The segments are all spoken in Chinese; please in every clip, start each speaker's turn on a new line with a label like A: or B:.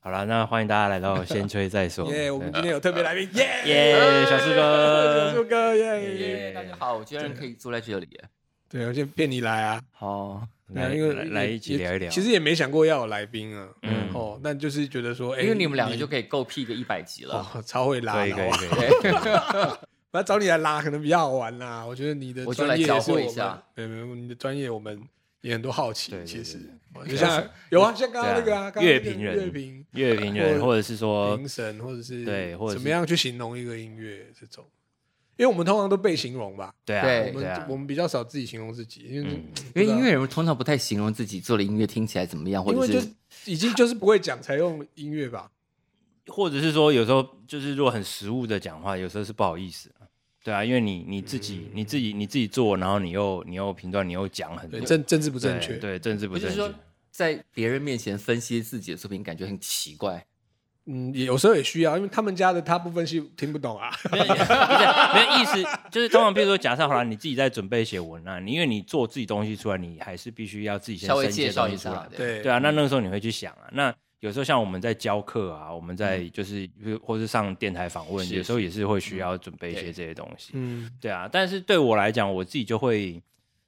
A: 好了，那欢迎大家来到先吹再说。
B: 耶、我们今
A: 对
B: 天有特别来宾，耶
A: 耶小树哥
B: 小树哥，耶、
A: 耶
C: 大家好，我居然可以坐在这里耶，
B: 对，我先骗你来啊，
C: 好，
A: 来
B: 因为
A: 来
B: 也
A: 来一起
B: 也
A: 聊一聊。
B: 其实也没想过要有来宾啊，
A: 嗯
B: 嗯哦，但就是觉得说，哎、
C: 因为你们两个就可以够屁个一百集了，
B: 哦，超会拉
A: 可
B: 的
A: 以
B: 哦，
A: 可以可以，
C: 对，
B: 我要找你来拉，可能比较好玩啦。我觉得你的
C: 我就
B: 专
C: 来
B: 业
C: 搅
B: 也是
C: 和
B: 我
C: 一
B: 们，
C: 下
B: 没有没有，你的专业我们也很多好奇
A: 对。对
B: 其
A: 对
B: 实
A: 对，
B: 哦就像有啊，像刚刚那个啊，刚刚那个
A: 乐评人
B: 乐评
A: 乐评人或者是说
B: 评审，或者是
A: 对或者是
B: 怎么样去形容一个音乐这种，因为我们通常都被形容吧，
A: 对啊
C: 对
B: 我
A: 对
B: 们
A: 啊
B: 我，们比较少自己形容自己，因为
A: 嗯
B: 不知道
C: 因为音乐人通常不太形容自己做的音乐听起来怎么样，或
B: 因
C: 者
B: 为就是是已经就是不会讲才用音乐吧，
A: 或者是说有时候就是如果很实务的讲话，有时候是不好意思啊。对啊，因为你你自
B: 嗯
A: 己你自己你自己做，然后你又你又评断，你又讲很多
B: 对，政政治不正确
A: 对，对政治不
C: 也就
A: 正
C: 是说
A: 确。
C: 在别人面前分析自己的作品，感觉很奇怪。
B: 嗯，也有时候也需要，因为他们家的大部分是听不懂啊，
A: 没 有，不是没有意思，就是通常，比如说，假设好了，你自己在准备写文案，你因为你做自己东西出来，你还是必须要自己先
C: 稍微
A: 生一些
C: 介绍
A: 东
C: 一
A: 西出来
C: 下，，
B: 对
A: 对啊，那那个时候你会去想啊，那有时候像我们在教课啊，我们在就是、或是上电台访问，
C: 是
A: 有时候也是会需要准备一些
C: 对
A: 这些东西，
B: 嗯，
A: 对啊。但是对我来讲，我自己就会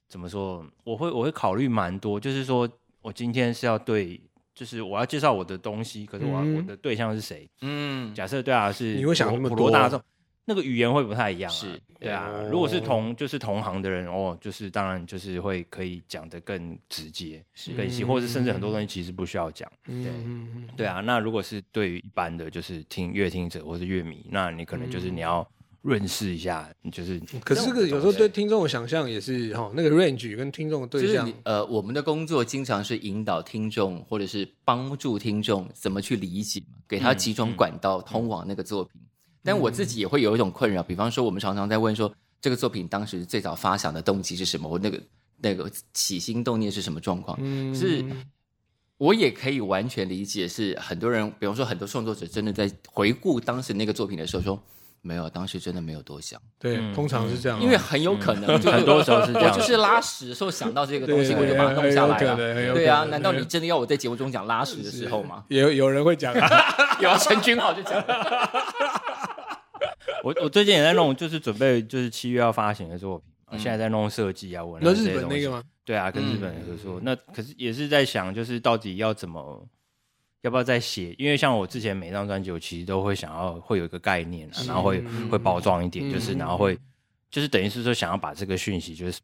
A: 怎么说？我会我会考虑蛮多，就是说我今天是要对，就是我要介绍我的东西，可是我要、
B: 嗯
A: 我的对象是谁？
C: 嗯，
A: 假设对啊，是
B: 你会想那么
A: 普
B: 多
A: 罗大众，那个语言会不太一样、啊。
C: 是
A: 对啊。
B: 哦
A: 如果是同就是同行的人，哦，就是当然就是会可以讲得更直接，更细，
B: 嗯
A: 或者是甚至很多东西其实不需要讲。
B: 对，嗯
A: 对啊，那如果是对于一般的就是听乐听者或是乐迷，那你可能就是你要润饰一下，你就是
B: 嗯可是这个有时候对听众的想象也是哈，那个 range 跟听众的
C: 就
B: 对
C: 是
B: 象
C: 你，呃，我们的工作经常是引导听众，或者是帮助听众怎么去理解嘛，给他
A: 嗯
C: 几种
A: 嗯
C: 管道通往那个作品。但我自己也会有一种困扰，比方说我们常常在问说，这个作品当时最早发想的动机是什么，或那个那个起心动念是什么状况？
B: 嗯
C: 是我也可以完全理解，是很多人，比方说很多创作者真的在回顾当时那个作品的时候说，没有，当时真的没有多想，
B: 对，通常是这样，啊
C: 因为很有可能就是
A: 很多时候是这
C: 我
A: 样，
C: 就是拉屎的时候想到这个
B: 对
C: 东西，我就把它弄下来
B: 很有可能很有
C: 了。
B: 可能
C: 对啊，难道你真的要我在节目中讲拉屎的时候吗？
B: 也有有人会讲啊，
C: 有啊，陈君豪就讲了，
A: 我我最近也在弄，就是准备就是七月要发行的作品，现在在弄设计啊、文
B: 嗯那
A: 案这
B: 日
A: 些
B: 本
A: 东
B: 那
A: 西
B: 个。吗？
A: 对啊，跟日本人合
B: 嗯
A: 作，那可是也是在想，就是到底要怎么，要不要再写？因为像我之前每张专辑，我其实都会想要会有一个概念、啊，然后会
B: 嗯
A: 会包装一点，就是
B: 嗯
A: 然后会就是等于是说想要把这个讯息就是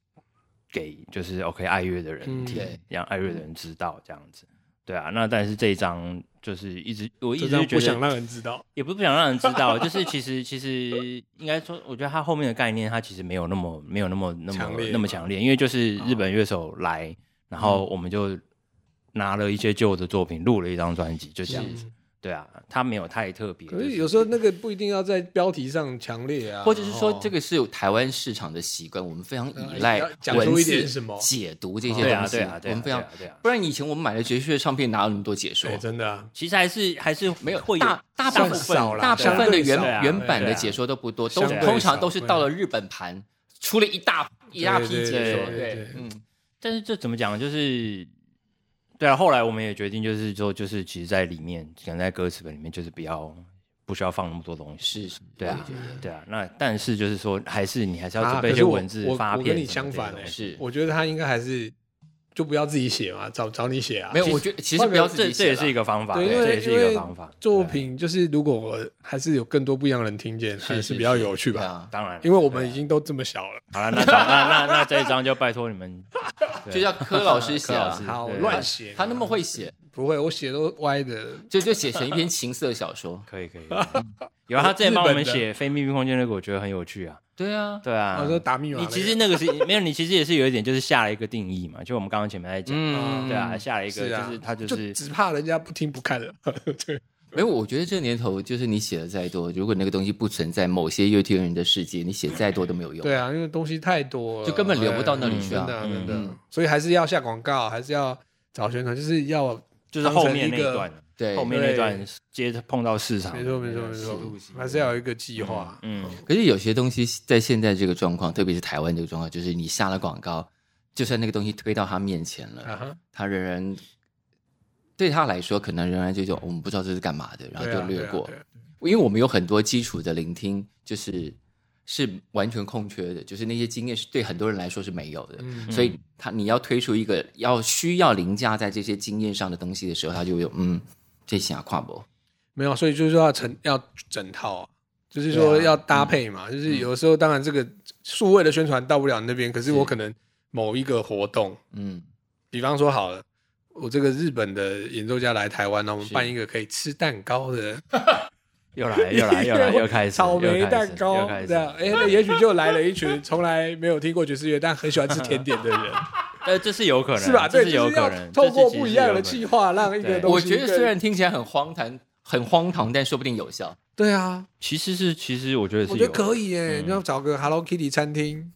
A: 给就是 OK 爱乐的人
B: 嗯
A: 听
C: 对，
A: 让爱乐的人知道这样子。对啊，那但是这一张就是一直我一
B: 这
A: 直
B: 张
A: 就
B: 不
A: 觉
B: 想
A: 得，
B: 让人知道，
A: 也不是不想让人知道，就是其实其实应该说，我觉得它后面的概念它其实没有那么没有那么那
B: 强
A: 么
B: 烈
A: 那么
B: 嘛
A: 强烈，因为就是
C: 哦
A: 日本乐手来，然
C: 嗯
A: 后我们就拿了一些旧的作品录了一张专辑，就这样子。对啊，它没有太特别，
B: 可
A: 就是
B: 有时候那个不一定要在标题上强烈啊，
C: 或者是说
B: 哦
C: 这个是有台湾市场的习惯，我们非常依
B: 呃
C: 赖
B: 要讲出
C: 文
B: 一
C: 字
B: 点什么
C: 解读这些
A: 对
C: 东
A: 啊
C: 西，
A: 对啊对
C: 我
A: 啊
C: 们
A: 对
C: 非常
A: 啊。对啊，
C: 不然以前我们买了爵士乐唱片哪有那么多解说
B: 对，？真的啊，
A: 其实还是还是
C: 没有
A: 会
C: 大大部
B: 算
C: 分
B: 少啦
C: 大部分的
B: 对
C: 原
A: 对啊
C: 原版
A: 对
C: 的
A: 啊
C: 解说都不多，都
B: 相对
C: 通
B: 少
C: 常都是
B: 对
C: 到了日本盘出了一大一大批
B: 对对
C: 解说，
B: 对对
C: 对
B: 对，
C: 嗯，
A: 但是这怎么讲？就是对啊，后来我们也决定，就是说，就是其实，在里面，可能在歌词本里面，就是不要不需要放那么多东西。
C: 是，是
A: 对啊，对啊。那但是就是说，还是你还是要准
B: 啊
A: 备一
B: 可
A: 些
B: 是我
A: 文字
B: 我
A: 发
B: 我
A: 片。
B: 跟你相反
A: 哎、
B: 欸
C: 是
B: 我觉得他应该还是就不要自己写嘛，找找你写啊，
C: 没有，我欸觉得其实
B: 换
C: 不
B: 个
C: 要自
A: 这
C: 己
A: 这
C: 写
A: 也
C: 了
A: 是一个方法，
B: 对，因
A: 这
B: 为
A: 也是一
B: 因为
A: 个方法。
B: 作
C: 啊
B: 品就是如果我还是有更多不一样的人听见，还是比较有趣
C: 对
B: 吧。
C: 啊，
A: 当然了，
B: 因为我们已经都这么小了，
A: 好了，那那那那这一张就拜托你们，对
C: 就叫啊柯老师写
A: 柯老
C: 啊
A: 师，
B: 好
A: 对。
B: 乱写。
C: 他那么会写，
B: 不会，我写都歪的。
C: 就就写成一篇情色小说
A: 可以可以。可以 有啊，他之前帮我们
B: 日本的
A: 写《非秘密空间》那个，我觉得很有趣啊。
C: 对啊，
A: 对啊，
B: 我说打密码那
A: 你
B: 个，
A: 其实那个是没有，你其实也是有一点就是下了一个定义嘛，就我们刚刚前面在讲，
C: 嗯，
A: 对啊，，下了一个
B: 是啊
A: 就是他就
B: 就是只怕人家不听不 看了。对，
C: 没有，我觉得这年头就是你写的再多，如果那个东西不存在某些乐听人的世界，你写再多都没有用。
B: 对啊，因为东西太多了，
C: 就根本留不到那里
B: 对
C: 去啊
B: 真的
A: 嗯
B: 真的
C: 嗯。
B: 所以还是要下广告，还是要找宣传，就是要
A: 就是后面那一段，
C: 对，
A: 后面那段接着碰到市场，
B: 没错没错没错，还是要有一个计划。
A: 嗯，
C: 可是有些东西在现在这个状况，特别是台湾这个状况，就是你嗯
B: 啊
C: 下了广告，就算那个东西推到他面前了，
B: 啊哈，
C: 他仍然对他来说，可能仍然就一哦种我们不知道这是干嘛的，然后
B: 对啊
C: 就略
B: 对啊
C: 过。
B: 对啊
C: 因为我们有很多基础的聆听，就是是完全空缺的，就是那些经验是对很多人来说是没有的，
B: 嗯
C: 所以他你要推出一个要需要凌驾在这些经验上的东西的时候，他就有嗯，这下跨步，
B: 没有，所以就是说要整要整套啊，就是说
C: 对啊
B: 要
A: 嗯
B: 搭配嘛。就是有时候当然这个数位的宣传到不了那边，可是我可能某一个活动，
C: 嗯，
B: 比方说好了，我这个日本的演奏家来台湾，然后我们
C: 是
B: 办一个可以吃蛋糕的
A: 又来哎又 来又来又开始，
B: 草莓
A: 又开始
B: 蛋糕
A: 又开，始
B: 这样，哎，那也许就来了一群从来没有听过爵士乐但很喜欢吃甜点的人，
A: 呃，这是有可能，
B: 是吧？
A: 这
B: 对，
A: 是
B: 就
A: 有
B: 是
A: 可
B: 要
A: 能，
B: 透
A: 这
B: 过
A: 其实
B: 不一
A: 是
B: 样
A: 有
B: 的
A: 可
B: 计
A: 能，
B: 划，让一个
A: 对
B: 东西
C: 我觉得
B: 更
C: 虽然听起来很荒唐，很荒唐，但说不定有效。
B: 对啊，
A: 其实是其实我觉得是
B: 我
A: 有
B: 觉得可以耶，
A: 嗯
B: 你要找个 Hello Kitty 餐厅，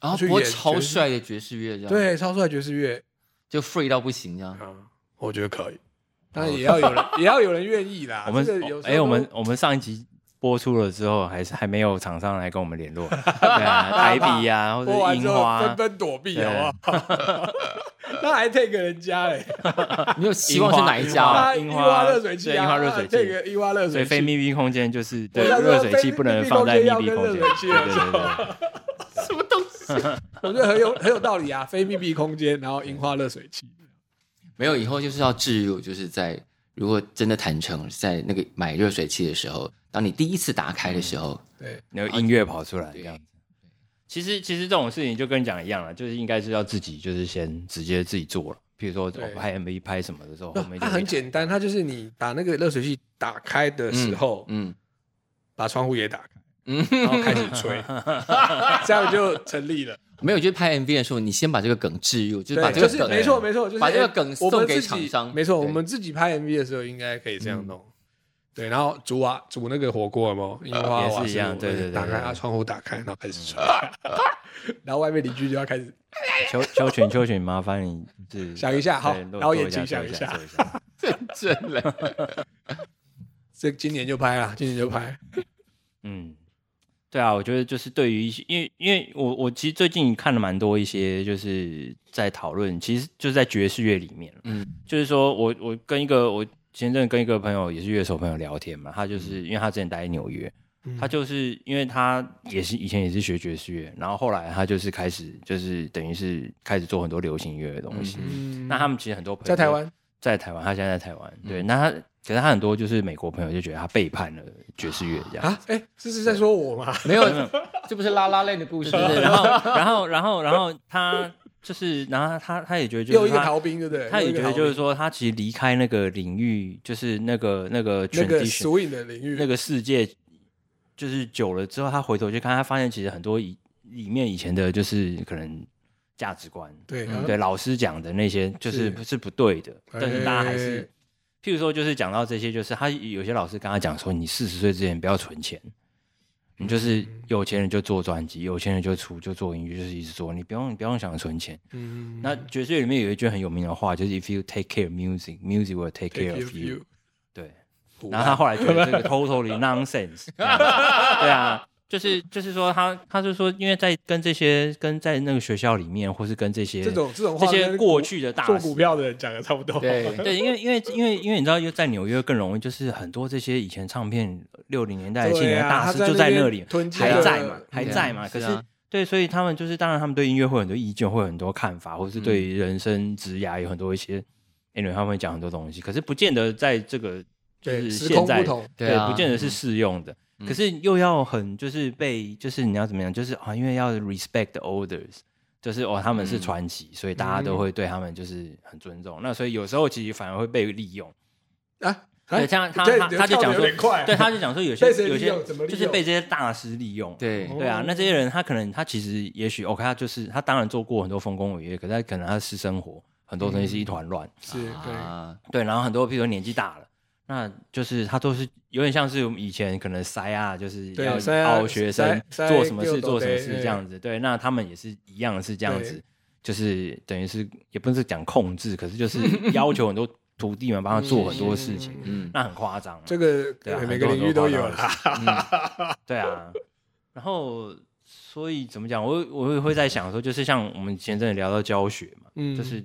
C: 然后
B: 去
C: 播
B: 演
C: 啊超
B: 爵士
C: 帅的爵士乐，这样，
B: 对，超帅爵士乐，
C: 就 free 到不行这样。
A: 嗯
B: 我觉得可以，当然也要有人，也要有人愿意啦。
A: 我们
B: 啊这个有时候
A: 哎，我们
B: 都
A: 我们上一集播出了之后，还是还没有厂商来跟我们 联络，对啊，台笔呀，或者
B: 播完
A: 樱
B: 之后
A: 花
B: 纷，纷躲避，
A: 对
B: 好不好？ 那还 take 人家嘞，
C: 你有希望是哪一家啊、
B: 那
A: 樱
B: 樱
A: 花
B: 花热水器
A: 对
B: 啊，
A: 樱花热水器
B: take 个樱花热
A: 所以
B: 水
A: 非
B: 器，
A: 密闭空间就是对
B: 我想说
A: 热水器
B: 非
A: 不能放在密闭空
B: 密闭空
A: 间，
B: 间要跟热水器
A: 对对对，
B: 我觉得很有很有道理啊。非密闭空间，然后樱花热水器，
C: 没有，以后就是要置入，就是在如果真的谈成，在那个买热水器的时候，当你第一次打开的时候，
B: 对，
A: 然后音乐跑出来这样子。啊其实其实这种事情就跟你讲一样了，就是应该是要自己就是先直接自己做了，比如说
B: 对
A: 我拍 MV 拍什么的时候，后面就
B: 它很简单，它就是你把那个热水器打开的时候，
C: 嗯，
B: 把窗户也打开，然后开始吹，这样就成立了。
C: 没有，就是拍 MV 的时候，你先把这个梗置入，就是把
B: 对，
C: 这
B: 就
C: 个梗，
B: 是没错没错，就是
C: 把这个
B: 哎
C: 梗
B: 我们
C: 送给
B: 自己
C: 厂商
B: 没错，
C: 对
B: 我们自己拍 MV 的时候应该可以这样弄。对，然后煮啊煮那个火锅有没有？樱花啊
A: 也是
B: 瓦斯
A: 一样
B: 炉
A: 对对对
B: 打开
A: 对
B: 啊，窗户打开，然后开始吹， 然后外面邻居就要开始
A: 秋秋群秋群，麻烦你就是
B: 想一下好
A: 对落
B: 然后
A: 做
B: 眼睛
A: 下
B: 想
A: 做
B: 一
A: 下
B: 下
A: 做一下。
C: 真 的。
B: 这今年就拍了，今年就拍。
A: 嗯，对啊，我觉得就是对于一些，因为因为我我其实最近看了蛮多一些，就是在讨论，其实就是在爵士乐里面，嗯
C: 嗯，
A: 就是说我我跟一个我前阵跟一个朋友也是乐手朋友聊天嘛，他
B: 嗯
A: 就是、因为他之前待在纽约，他就是因为他也是以前也是学爵士乐，然后后来他就是开始就是等于是开始做很多流行音乐的东西。
B: 嗯
A: 那他们其实很多朋友
B: 在台湾，嗯
A: 在台湾，他现在在台湾。对，那他可是他很多就是美国朋友就觉得他背叛了爵士乐这样。
B: 啊，哎，这是在说我吗？
C: 没有，这不是拉拉链的故事，
A: 对对，然后然后然后然后他就是，然后他他也觉得就
B: 又一
A: 是
B: 个
A: 他
B: 逃兵，对不对？
A: 他
B: 又
A: 也
B: 一个
A: 觉
B: 逃
A: 得
B: 兵
A: 就是说，他其实离开那个领域，就是那个那个
B: 那个
A: tradition，
B: swing 的领域，
A: 那个世界，就是久了之后，他回头去看，他发现其实很多以里面以前的，就是可能价值观，
B: 对
C: 嗯
A: 对老师讲的那些，就是
B: 是
A: 是不对的，但是大家还是
B: 哎，
A: 譬如说，就是讲到这些，就是他有些老师跟他讲说，你四十岁之前不要存钱，你就是
B: 嗯
A: 有钱人就做专辑，有钱人就出就做音乐，就是一直做，你不用你不用想存钱。
B: 嗯
A: 那爵士乐里面有一句很有名的话，就是 If you take care music, music will take
B: take
A: care
B: care
A: of
B: of
A: you
B: you。
A: 对，
B: 胡
A: 然后他
B: 乱
A: 后来觉得这个 totally nonsense，这样子对啊，就是就是说他他就说，因为在跟这些跟在那个学校里面，或是跟这些
B: 这种这种
A: 这
B: 话
A: 些
B: 跟
A: 过
B: 股
A: 去的大
B: 做
A: 师
B: 股票的人讲的差不多。
C: 对
A: 对，因为因为因为因为你知道，又在纽约更容易，就是很多这些以前唱片六零年代、七
B: 对啊
A: 零年代大师
B: 他在
A: 就
B: 那
A: 在
B: 边
A: 那里，
B: 囤积
A: 还
B: 了嗯
A: 在嘛，还
C: 对啊
A: 在嘛。可
C: 是
A: 是
C: 啊
A: 对，所以他们就是，当然他们对音乐会有很多意见，会有很多看法，或是对
B: 嗯
A: 于人生、职涯有很多一些，哎、他们会讲很多东西，可是不见得在这个就
B: 对
A: 是
B: 时
A: 现
B: 空
A: 在
B: 不同
A: 对
C: 对啊嗯
A: 不见得是适用的。可是又要很就是被就是你要怎么样，就是啊，因为要 respect the elders，就是哦他们是传奇，所以大家都会对他们就是很尊重。那所以有时候其实反而会被利用。
B: 啊，
A: 对，
B: 哎
A: 这样他
B: 这
A: 他
B: 你
A: 他就
B: 跳
A: 讲
B: 得有
A: 说
B: 点快，
A: 对，他就讲说有些
B: 被谁利
A: 有些
B: 用怎么利
A: 就是
B: 用
A: 被这些大师利用。
C: 对
A: 对啊，那这些人他可能他其实也许 OK，他就是他当然做过很多丰功伟业，可是他可能他私生活很多东西是一团乱。
B: 是对，
C: 啊，
A: 对，然后很多譬如说年纪大了。那就是他都是有点像是我们以前可能塞啊，就是
B: 对
A: 要
B: 塞啊
A: 熬学生
B: 塞塞
A: 做什么事
B: 六斗
A: 做什么
B: 杯
A: 事
B: 哎
A: 这样子。对，那他们也是一样是这样子
B: 对，
A: 就是等于是也不是讲控制，可是就是 要求很多徒弟们帮他做很多事情，
C: 嗯，
A: 那很夸张。
B: 这个哎
A: 对啊，
B: 每个领域都有啦。
A: 啦。对啊，然后所以怎么讲？我我也会在想说，就是像我们前阵子聊到教学嘛，
B: 嗯
A: 就是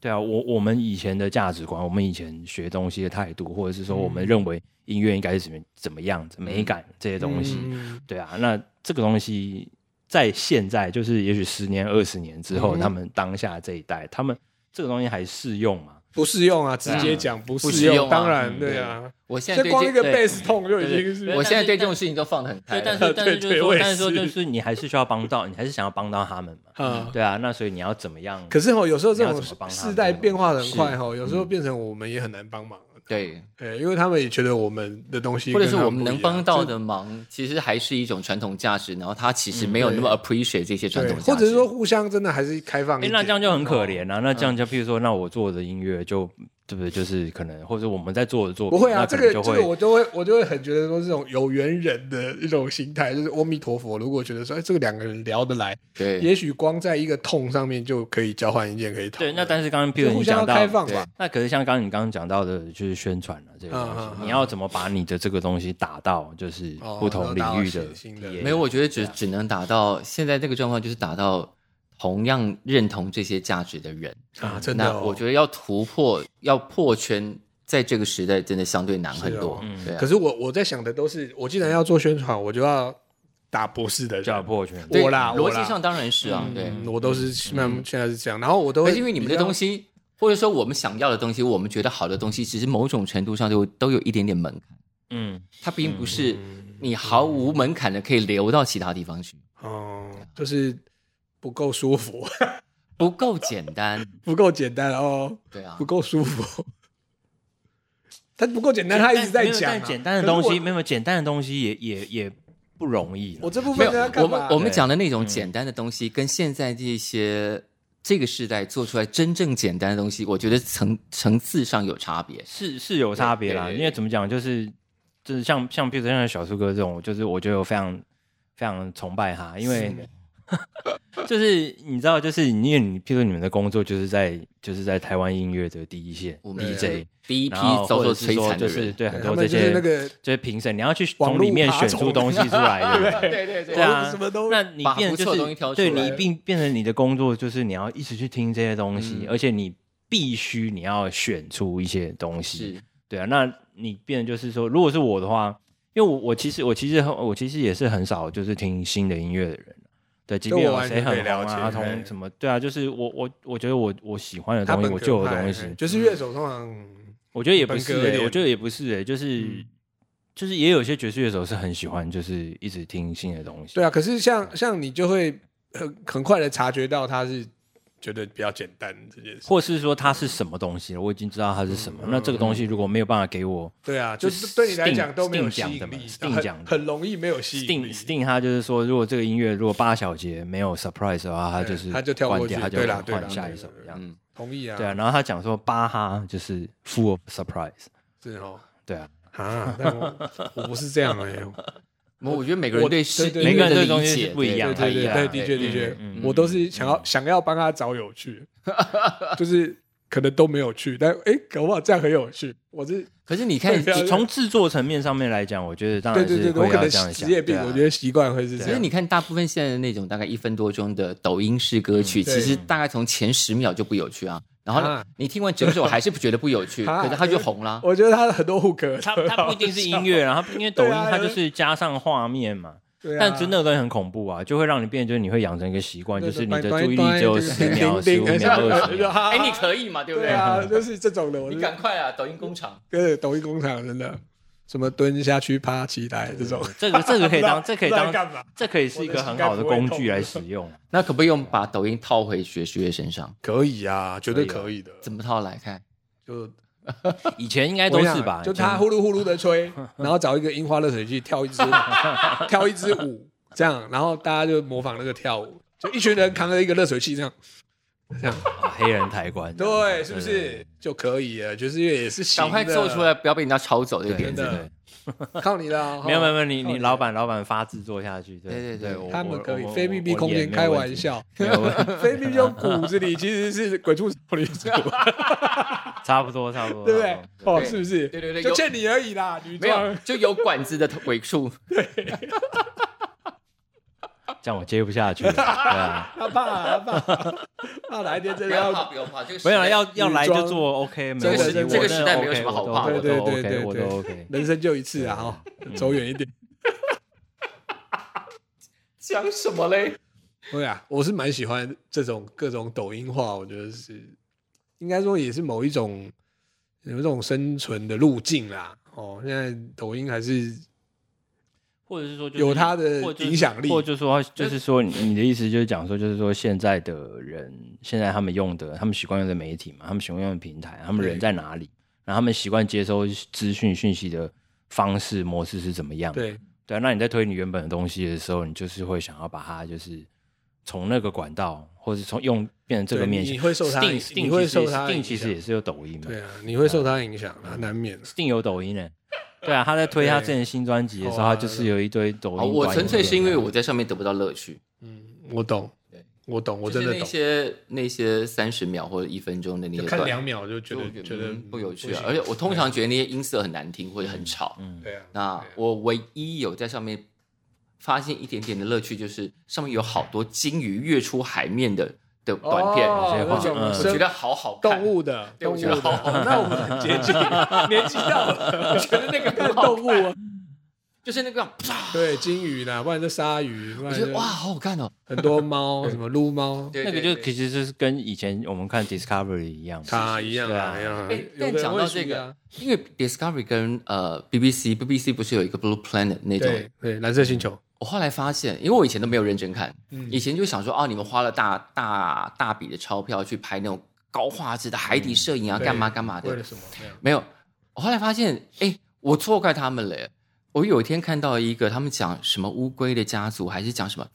A: 对啊，我我们以前的价值观，我们以前学东西的态度，或者是说我
B: 嗯
A: 们认为音乐应该是怎么怎么样子，美感这些东西，
B: 嗯
A: 对啊，那这个东西在现在，就是也许十年、二十年之后，
B: 嗯
A: 他们当下这一代，他们这个东西还适用吗？
B: 不适用啊，直
C: 对啊
B: 接讲不
C: 适
B: 适
C: 用啊
B: 当然
C: 嗯
B: 对啊，
C: 我现在
B: 这
C: 对
B: 光一个
C: 对
B: 贝斯痛就已
C: 对
B: 经
C: 对
B: 是
C: 我现在对这种事情都放得很 开
A: 对
C: 了，，
A: 但是但是就是
B: 对
A: 说，
B: 我也
A: 但是说
B: 是
A: 就是你还是需要帮到，你还是想要帮到他们嘛？
B: 啊。
A: 对啊，那所以你要怎么样？
B: 可是哦，有时候这
A: 你要怎么
B: 种
A: 帮他
B: 世代变化的很快
A: 是
B: 哦，有时候变成我们也很难帮忙。
C: 对，
B: 呃，因为他们也觉得我们的东西
C: 或
B: 跟
C: 者
B: 他
C: 是
B: 不一样，
C: 我们能帮到
B: 这
C: 的忙，其实还是一种传统价值，然后他其实没有
B: 嗯
C: 那么 appreciate 这些传
B: 对，
C: 统价值，
B: 或者是说互相真的还是开放一
A: 哎、
B: 点。哦
A: 那这样就很可怜啊！那这
B: 嗯
A: 样就，譬如说，那我做的音乐就对不对？就是可能，或者我们在做的作品，
B: 不会啊，
A: 那
B: 这
A: 可
B: 个
A: 能
B: 这
A: 就
B: 个
A: 会
B: 我都会我就会很觉得说这种有缘人的一种心态，就是阿弥陀佛。如果觉得说哎这个两个人聊得来，
C: 对，
B: 也许光在一个痛上面就可以交换意见，可以讨
A: 对。
B: 论。
A: 那但是刚刚譬
B: 就
A: 如
B: 互
A: 你
B: 相
A: 讲
B: 要
A: 到
B: 开放
C: 对
B: 吧。
A: 那可是像刚刚你刚刚讲到的，就是宣传啊这个东西，
B: 嗯嗯嗯
A: 你要怎么把你的这个东西打到就是
B: 哦
A: 不同领域
B: 打到
A: 的
B: 新的
A: PA
C: 没有，我觉得只只能达到现在这个状况，就是达到同样认同这些价值的人。
B: 啊，真的
C: 那
B: 哦，
C: 我觉得要突破，要破圈，在这个时代真的相对难很多。
B: 是哦嗯
C: 对
B: 可
C: 啊，
B: 是我我在想的都是，我既然要做宣传，我就要打博士的人
A: 就要破圈，
B: 我啦
C: 对
B: 我
C: 逻
B: 啦
C: 辑上当然是啊，对。
B: 嗯我都是慢慢现在是这样，然后我都
C: 而
B: 会
C: 且因为你们的
B: 比较
C: 东西，或者说我们想要的东西，我们觉得好的东西，其实某种程度上就都有一点点门槛，
A: 嗯，
C: 它并不是
B: 嗯
C: 你毫无门槛的可以流到其他地方去，
B: 哦，就是不够舒服，
C: 不够简单。
B: 不够简单哦，
C: 对啊
B: 不，够舒服。他不够简单，他一直在
A: 没有
B: 讲啊、
A: 但简单的东
B: 可
A: 西，
B: 是
A: 没有简单的东西也也也不容易啦
B: 我，我这部
C: 没
B: 分
C: 有
B: 跟他，干
C: 我
B: 嘛
C: 们我们
A: 对
C: 讲的那种简单的东西，跟现在这些这个时代做出来真正简单的东西，我觉得层层次上有差别。
A: 是是有差别啦，
C: 对对对
A: 因为怎么讲，就是就是像像譬如说像小树哥这种，就是我觉得我非常非常崇拜他，因为 就是你知道，就是你因为你譬如说你们的工作就是在就是在台湾音乐的第一线
C: 我们
A: DJ，
C: 第一批
A: 然后
C: 遭
A: 或
C: 受
A: 者是
C: 摧
A: 说
C: 残的
A: 就是
C: 人，
A: 对
B: 对
A: 很
B: 他
A: 多
B: 们
A: 这
B: 就是
A: 些
B: 那个
A: 就是评审，你要去
B: 网
A: 从里面
B: 路爬
A: 选
B: 虫
A: 出东西出 来的人。
C: 对对
A: 对啊，
B: 什么都
A: 那你
C: 把
A: 变
C: 不
A: 得
C: 错的东西
A: 就
C: 挑
A: 是
C: 出
A: 对你
C: 来
A: 并变成你的工作就是你要一直去听这些东西，
C: 嗯
A: 而且你必须你要选出一些东西，
C: 是
A: 对啊，那你变得就是说，如果是我的话，因为我我其实我其实很我其实也是很少就是听新的音乐的人，啊对，即
B: 这
A: 便
B: 我
A: 有
B: 完
A: 谁
B: 全可以
A: 很红
B: 了解
A: 啊，
B: 对
A: 从什么对啊，就是我我我觉得我我喜欢的
B: 他
A: 东西，
B: 本
A: 我
B: 科
A: 就有
B: 派
A: 东
B: 哎
A: 西，嗯
B: 就是乐手通常
A: 我觉得也不是、
B: 本格一
A: 欸，
B: 点嗯
A: 我觉得也不是哎、就是、就是也有些爵士乐手是很喜欢，就是一直听新的东西。
B: 对啊，可是像像你就会很很快的察觉到他是觉得比较简单这件事，
A: 或是说它是什么东西了，我已经知道它是什么。
B: 嗯
A: 那这个东西如果没有办法给我
B: 对啊，就是
A: 是
B: 对你来
A: Sting-
B: 讲都没有
A: Sting
B: 吸
A: 讲
B: 引
A: 的嘛
B: 力，
A: ，Sting 讲
B: 很
A: 的
B: 很容易没有吸引
A: Sting
B: 力。
A: Sting，它就是说，如果这个音乐如果八小节没有 surprise 的话，它
B: 对
A: 就是
B: 它就跳过
A: 关掉
B: 去
A: 它就
B: 对啦对啦
A: 换下
B: 对
A: 一
B: 啦
A: 首
B: 对
A: 这样。
B: 同意啊，
A: 对啊，，然后他讲说巴哈就是 full of surprise，
B: 是哦。
A: 对啊，
B: 啊，但我我不是这样哎、
C: 我我觉得每个人
B: 我
C: 对
B: 对
C: 世
B: 对
C: 音
B: 每
A: 个
C: 乐
A: 人
C: 的
A: 对东
C: 理
A: 西
C: 解
A: 是不一
C: 对
A: 样的
B: 对
C: 不太
B: 对对
C: 一样。
B: 对，的确的确，我都是想要想要帮他找有趣，就是可能都没有趣，但哎，搞不好这样很有趣。我是
C: 可是你看，
B: 对啊
A: 就从制作层面上面来讲，我觉得当
B: 对
A: 然
B: 对对，
A: 是
B: 对我
A: 会
B: 可
A: 要
B: 能
A: 这样
B: 职
A: 想。
B: 业病
A: 对，啊
B: 我觉得习惯会是这
C: 其实
B: 样。
C: 你看，大部分现在的那种大概一分多钟的抖音式歌曲，
B: 对
C: 其实大概从前十秒就不有趣啊。然后呢
B: 啊
C: 你听完整首还是不觉得不有趣，
B: 啊
C: 可是它就红了。
B: 我觉得他的很多 hook，
A: 它它不一定是音乐 啊，它因为抖音
B: 对啊
A: 它就是加上画面嘛。
B: 对啊，
A: 但真的都很恐怖啊，就会让你变，就是你会养成一个习惯，
B: 对
A: 就
B: 对
A: 是你
B: 对
A: 的
B: 对
A: 注意
B: 对
A: 力只有
B: 对
A: 十
B: 对
A: 秒、
B: 对
A: 十五
B: 对
A: 秒、二十
B: 对对
A: 秒。
C: 哎，
B: 哎
C: 你可以嘛，对不
B: 对
C: 对？
B: 啊，就是这种的，我
C: 你
B: 是
C: 赶快啊，抖音工厂。
B: 跟抖音工厂真的什么蹲下去趴起来这种，
A: 这个这个 可以当，这可以
B: 不知道
A: 当，
B: 干嘛？
A: 这可以是一个很好的工具来使用。
C: 那可不可以用把抖音套回学学生身上？
B: 可以啊，绝对
A: 可以啊
B: 可以的。
C: 怎么套来看？
B: 就
A: 以前应该都是吧？
B: 就他呼噜呼噜的吹，然后找一个樱花热水器跳一支舞，跳一支舞，这样，然后大家就模仿那个跳舞，就一群人扛着一个热水器这样，这样，
A: 以前黑人抬棺，
B: 对，是不是就可以了？爵士乐也是行
C: 赶
B: 的
C: 快做出，来，不要被人家抄走这个
A: 对？对
C: 点
B: 真的
C: 子。
A: 对，
B: 靠你了。
A: 没有没有没有，你
B: 靠
A: 你老板老板发制作下去，
C: 对对
A: 对
C: 对
A: 我
B: 他们
A: 我
B: 可以
A: 我
B: 非
A: 我
B: 密闭
A: 我
B: 空
A: 演
B: 间
A: 没
B: 开
A: 有问
B: 玩
A: 题，
B: 笑，
A: 没有问题
B: 非密闭空间骨子里其实是鬼畜少女组，
A: 差不多差不多，
B: 对不
A: 差
B: 对
A: 不？多
B: 哦，是不是？
C: 对对对
B: 就
C: 有
B: 欠你而已啦，女
C: 没
B: 装
C: 有，就有管子的鬼畜。
A: 这样我接不下去了。对啊，
B: 他怕啊他怕，怕哪一天真
C: 不
B: 的
C: 要怕，
B: 要
C: 不用怕，这个时
A: 没
C: 代
A: 有啦要要来
B: 女
A: 就
B: 装
A: 做 OK，没
B: 这个
A: 问
B: 时
A: 题我
B: 这
A: 真的
B: 个
C: 时代没有
A: OK，
C: 什么好
A: 我都
C: 怕
A: 我都
B: 对对
A: OK，
B: 对
A: 我都
B: 对
A: OK。
B: 人生就一次啊，哈，走远一点。
C: 讲什么嘞？
B: 对啊，我是蛮喜欢这种各种抖音化，我觉得是应该说也是某一种有一种生存的路径啦。哦，现在抖音还是
A: 或者是说就是
B: 有它的
C: 嗯
A: 或者
B: 影响力呃
A: 或者说就是说你你的意思就是讲说，就是说现在的人，现在他们用的，他们习惯用的媒体嘛，他们习惯用的平台，他们人
B: 对
A: 在哪里，然后他们习惯接收资讯讯息的方式模式是怎么样？
B: 对
A: 对啊，那你在推你原本的东西的时候，你就是会想要把它就是从那个管道，或者从用变成这个
B: 对
A: 面
B: 你
A: 向，
B: 会受它影
A: Steam- Steam
B: 你会
A: 其实也
B: 受它
A: ，Steam
B: 影
A: 其实
B: 响
A: 也是有抖音嘛，
B: 对啊，你会受它影响啊，难免。
A: Sting 有抖音呢、对啊，他在推他之前的新专辑的时候，
B: 对
A: 他就是有一堆抖音
C: 好，
A: 管理。啊
C: 啊我纯粹是因为我在上面得不到乐趣。
B: 嗯，我懂
C: 对，
B: 我懂，我
C: 就
B: 真的
C: 是那
B: 懂。
C: 些那些三十秒或者一分钟的那
B: 就
C: 些
B: 看
C: 段
B: 两秒就觉
C: 就
B: 得觉得
C: 嗯不有趣啊
B: 行。
C: 而且我通常觉得那些音色很难听或者很吵。
A: 嗯
B: 对啊，
C: 那我唯一有在上面发现一点点的乐趣，就是上面有好多鲸鱼跃出海面的的短片，
B: 哦
A: 有些话
B: 那种
A: 嗯
C: 我
B: 生
C: 觉得好好看。
B: 动物的
C: 对
B: 动
C: 我
B: 物
C: 觉得
B: 的，
C: 好好
B: 哦那我们很接 近，年纪到了，我觉得那个看动物啊，
C: 就是那个啪，
B: 对，金鱼啦，不然就鲨鱼，不
C: 我
B: 然
C: 觉得
B: 就
C: 哇，好好看哦。
B: 很多猫，什么撸猫，
C: 对
A: 那个就其实就是跟以前我们看 Discovery 一样，
B: 它一样啊，
A: 是是是
B: 一样啊
C: 哎。
B: 有的
C: 但
B: 人
C: 讲
B: 会
C: 到
B: 属于
C: 这个
B: 啊，，
C: 因为 Discovery 跟呃 BBC，BBC 不是有一个 Blue Planet 那种
B: 对对，蓝色星球，
C: 我后来发现，因为我以前都没有认真看，
B: 嗯
C: 以前就想说，哦，你们花了大大大笔的钞票去拍那种高画质的海底摄影
B: 嗯
C: 啊，
B: 对
C: 干嘛干嘛
B: 为
C: 的
B: 了，什么？对啊
C: 没有。我后来发现，哎，我错怪他们了耶。我有一天看到一个，他们讲什么乌龟的家族，还是讲什么？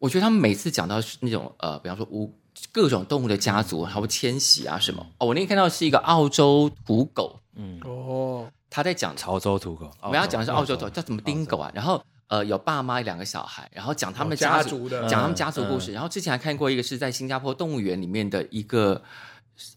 C: 我觉得他们每次讲到那种呃，比方说乌各种动物的家族，还有迁徙啊什么。哦，我那天看到是一个澳洲土狗，
A: 嗯，
B: 哦，
C: 他在讲
A: 潮州土狗，
C: 我们要讲的是澳 洲狗叫什么丁狗啊，然后呃有爸妈两个小孩，然后讲他们的
B: 哦家族
C: 族
B: 嗯的
C: 讲他们家族故事，然后之前还看过一个是在新加坡动物园里面的一个。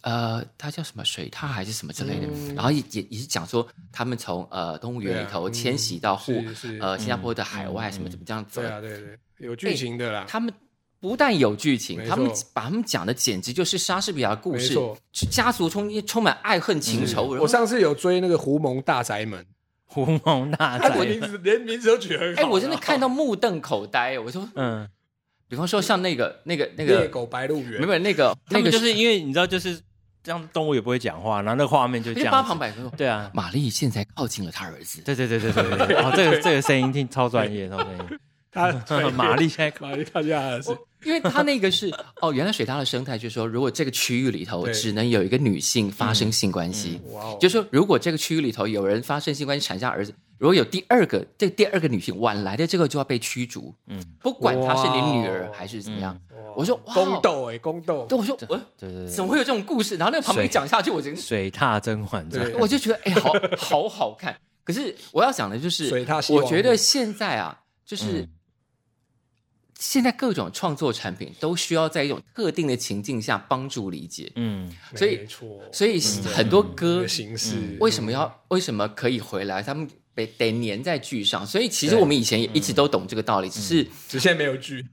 C: 呃，它叫什么水獭还是什么之类的，
B: 嗯
C: 然后也也也是讲说他们从呃动物园里
B: 对
C: 头
B: 啊嗯
C: 迁徙到户、
B: 是是
C: 呃新加坡的海外什么怎么这样走，
B: 对啊，对对，有剧情的啦，
C: 他们不但有剧情
B: 没，错
C: 他们把他们讲的简直就是莎士比亚的故事
B: 没错，
C: 家族中间充满爱恨情仇。
B: 嗯
C: 然后
B: 我上次有追那个狐獴大宅门，
A: 狐獴大
B: 他
A: 宅
B: 名，字连名字都取得很好
C: 哎，我真的看到目瞪口呆，我说
A: 嗯，
C: 比方说像那个那个那
B: 猎
C: 个，
B: 狗白鹿
C: 没
B: 原，
C: 有那个
A: 他
C: 那
A: 们
C: 个
A: 就是因为你知道，就是这样动物也不会讲话，然后那个画面就
C: 因
A: 这
C: 为
A: 样，
C: 八旁，百说，
A: 对啊，
C: 玛丽现在靠近了她儿子，
A: 对对对对对 对，对哦，这个这个声音听超专业，超专业，
B: 他
A: 玛丽现在看
B: 玛丽看下是
C: 因为他那个是哦，原来水獭的生态就是说，如果这个区域里头
B: 对
C: 只能有一个女性
A: 嗯
C: 发生性关系，
B: 哇哦，
C: 就是说如果这个区域里头有人发生性关系产下儿子，如果有第二个这第二个女性晚来的这个就要被驱逐，嗯
A: 嗯，
C: 不管她是你女
B: 哇
C: 儿
B: 哦
C: 还是怎么样，
B: 哇
C: 我说哇哦
B: 宫，斗哎，宫斗
C: 对，我说我
A: 对对
C: 怎
A: 对，
C: 么会有这种故事？然后那个旁边
A: 水
C: 讲下去，我真是。
A: 水踏甄嬛传
B: 对，
C: 我就觉得哎、好 好好看。可是我要讲的就是
B: 水獭，西王
C: 我
B: 母
C: 觉得现在啊，就是、
A: 嗯
C: 现在各种创作产品都需要在一种特定的情境下帮助理解，
A: 嗯，
C: 所以
B: 没错，
C: 所以
B: 嗯
C: 很多歌嗯
B: 的形式嗯
C: 为什么要为什么可以回来？他们得得粘在剧上，所以其实我们以前也一
B: 嗯
C: 直都懂这个道理，只是
B: 只现在没有剧，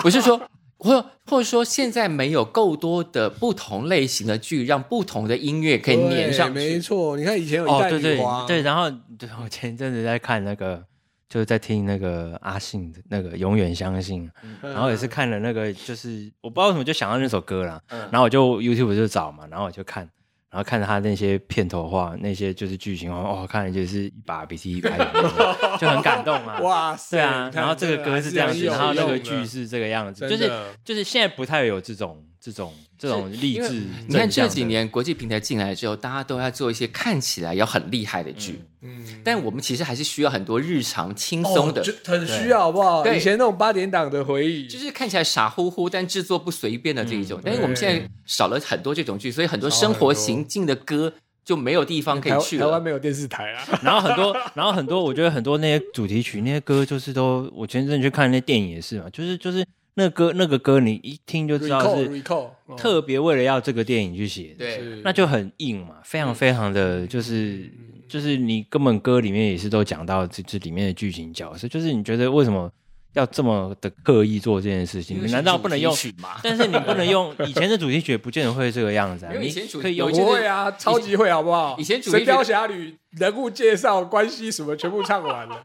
C: 不是说。或或者说，现在没有够多的不同类型的剧，让不同的音乐可以粘上
B: 对没
C: 去。
B: 错，你看以前有一
A: 哦，
B: 代
A: 对
B: 女
A: 对
B: 皇，啊
A: 对，然后 对我前一阵子在看那个，就是在听那个阿信的那个《永远相信》，啊
B: 嗯
A: 然后也是看了那个，就是我不知道为什么就想到那首歌啦，
B: 嗯
A: 然后我就 YouTube 就找嘛，然后我就看。然后看着他那些片头画，那些就是剧情画，哦，看了就是一把鼻涕一把眼泪，就很感动啊。
B: 哇塞，
A: 对啊
B: 你，看
A: 然后这个歌是这样子，
B: 还
A: 然
B: 是很
A: 后
B: 有
A: 那个
B: 用的
A: 剧是这个样子，
B: 真
A: 就是
B: 的
A: 就是现在不太有这种这种这种励
C: 因为
A: 志。
B: 嗯
C: 你看这几，年国际平台进来之后，大家都要做一些看起来要很厉害的剧，
B: 嗯，
C: 但我们其实还是需要很多日常轻松的，
B: 哦就很需要好不好？
C: 对
B: 以前那种八点档的回忆，
C: 就是看起来傻乎乎但制作不随便的这一
B: 嗯
C: 种。但是我们现在少了很多这种剧，所以很多生活行进的歌就没有地方可
B: 台
C: 以
B: 湾
C: 去
B: 台湾
C: 了。
B: 没有电视台 啊，
A: 然后很多，然后很多，我觉得很多那些主题曲、那些歌，就是都我前阵去看那电影也是嘛，就是就是那歌那个歌，你一听就知道
B: recall
A: 是
B: recall 哦
A: 特别为了要这个电影去写的。
C: 对，嗯
B: 是
A: 那就很硬嘛，非常非常的就是就是你根本歌里面也是都讲到这这里面的剧情角色，就是你觉得为什么要这么的刻意做这件事
C: 因
A: 情？
C: 为
A: 你
C: 是
A: 难道不能用
C: 主题曲吗？
A: 但是你不能用以前的主题曲，不见得会这个样子啊。
C: 没有
A: 你
C: 以前主
A: 可以
C: 有
A: 用
C: 一些
B: 不会啊，超级会好不好？
C: 以前主
B: 《
C: 题曲
B: 神雕侠侣》人物介绍、关系什么全部唱完了。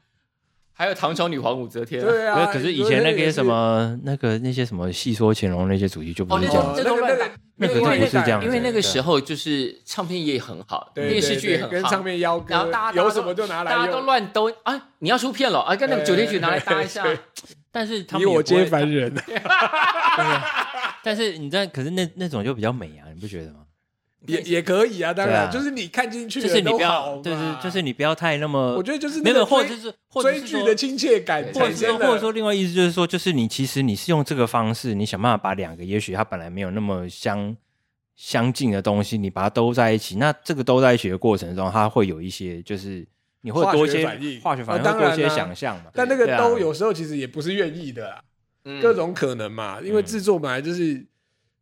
C: 还有唐朝女皇武则天啊，
B: 对
A: 不是
B: 啊，
A: 可是以前那
B: 你说
A: 个
B: 也
A: 什么那个那些什么戏说乾隆那些主题就不是
C: 哦
A: 这样
B: 哦
A: 子。
C: 这
B: 那
C: 都
B: 个
C: 乱
B: 那
C: 打
B: 个
A: 那个
B: 因为
A: 就不是这样子
C: 因为那个
A: 对
C: 时候就是唱片业很好，
B: 对对
C: 电视剧也
B: 对
C: 很
B: 跟
C: 好，
B: 唱片邀歌，
C: 然后大家
B: 有什么就拿来
C: 大
B: 用，
C: 家都乱兜啊！你要出片了啊，跟那个主题曲拿来搭一下。
B: 对对
A: 但是他
B: 你
A: 们也
B: 我
A: 不会
B: 皆凡人。
A: 但是你知道，可是那那种就比较美啊，你不觉得吗？
B: 也也可以啊，当然、
A: 对啊
B: 就是你看进去
A: 就
B: 的
A: 是你
B: 都
A: 不
B: 好
A: 要，
B: 嘛，
A: 就是就是你不要太那么，
B: 我觉得就是
A: 没有，
B: 那个
A: 或
B: 追
A: 者是或者
B: 追
A: 是
B: 剧
A: 说
B: 的亲切感
C: 对
A: 或者
B: 产
A: 是说，
B: 生
A: 或者
B: 了。
A: 说，另外意思就是说，就是你其实你是用这个方式，你想办法把两个也许它本来没有那么相相近的东西，你把它兜在一起。那这个兜在一起的过程中，它会有一些，就是你会多一些
B: 化学反应
A: 化学反应，
B: 啊当
A: 会多
B: 然啊
A: 一些想象嘛。
B: 但那个
A: 对啊
B: 都有时候其实也不是愿意的啦，
C: 嗯
B: 各种可能嘛，因
A: 嗯
B: 为制作本来就是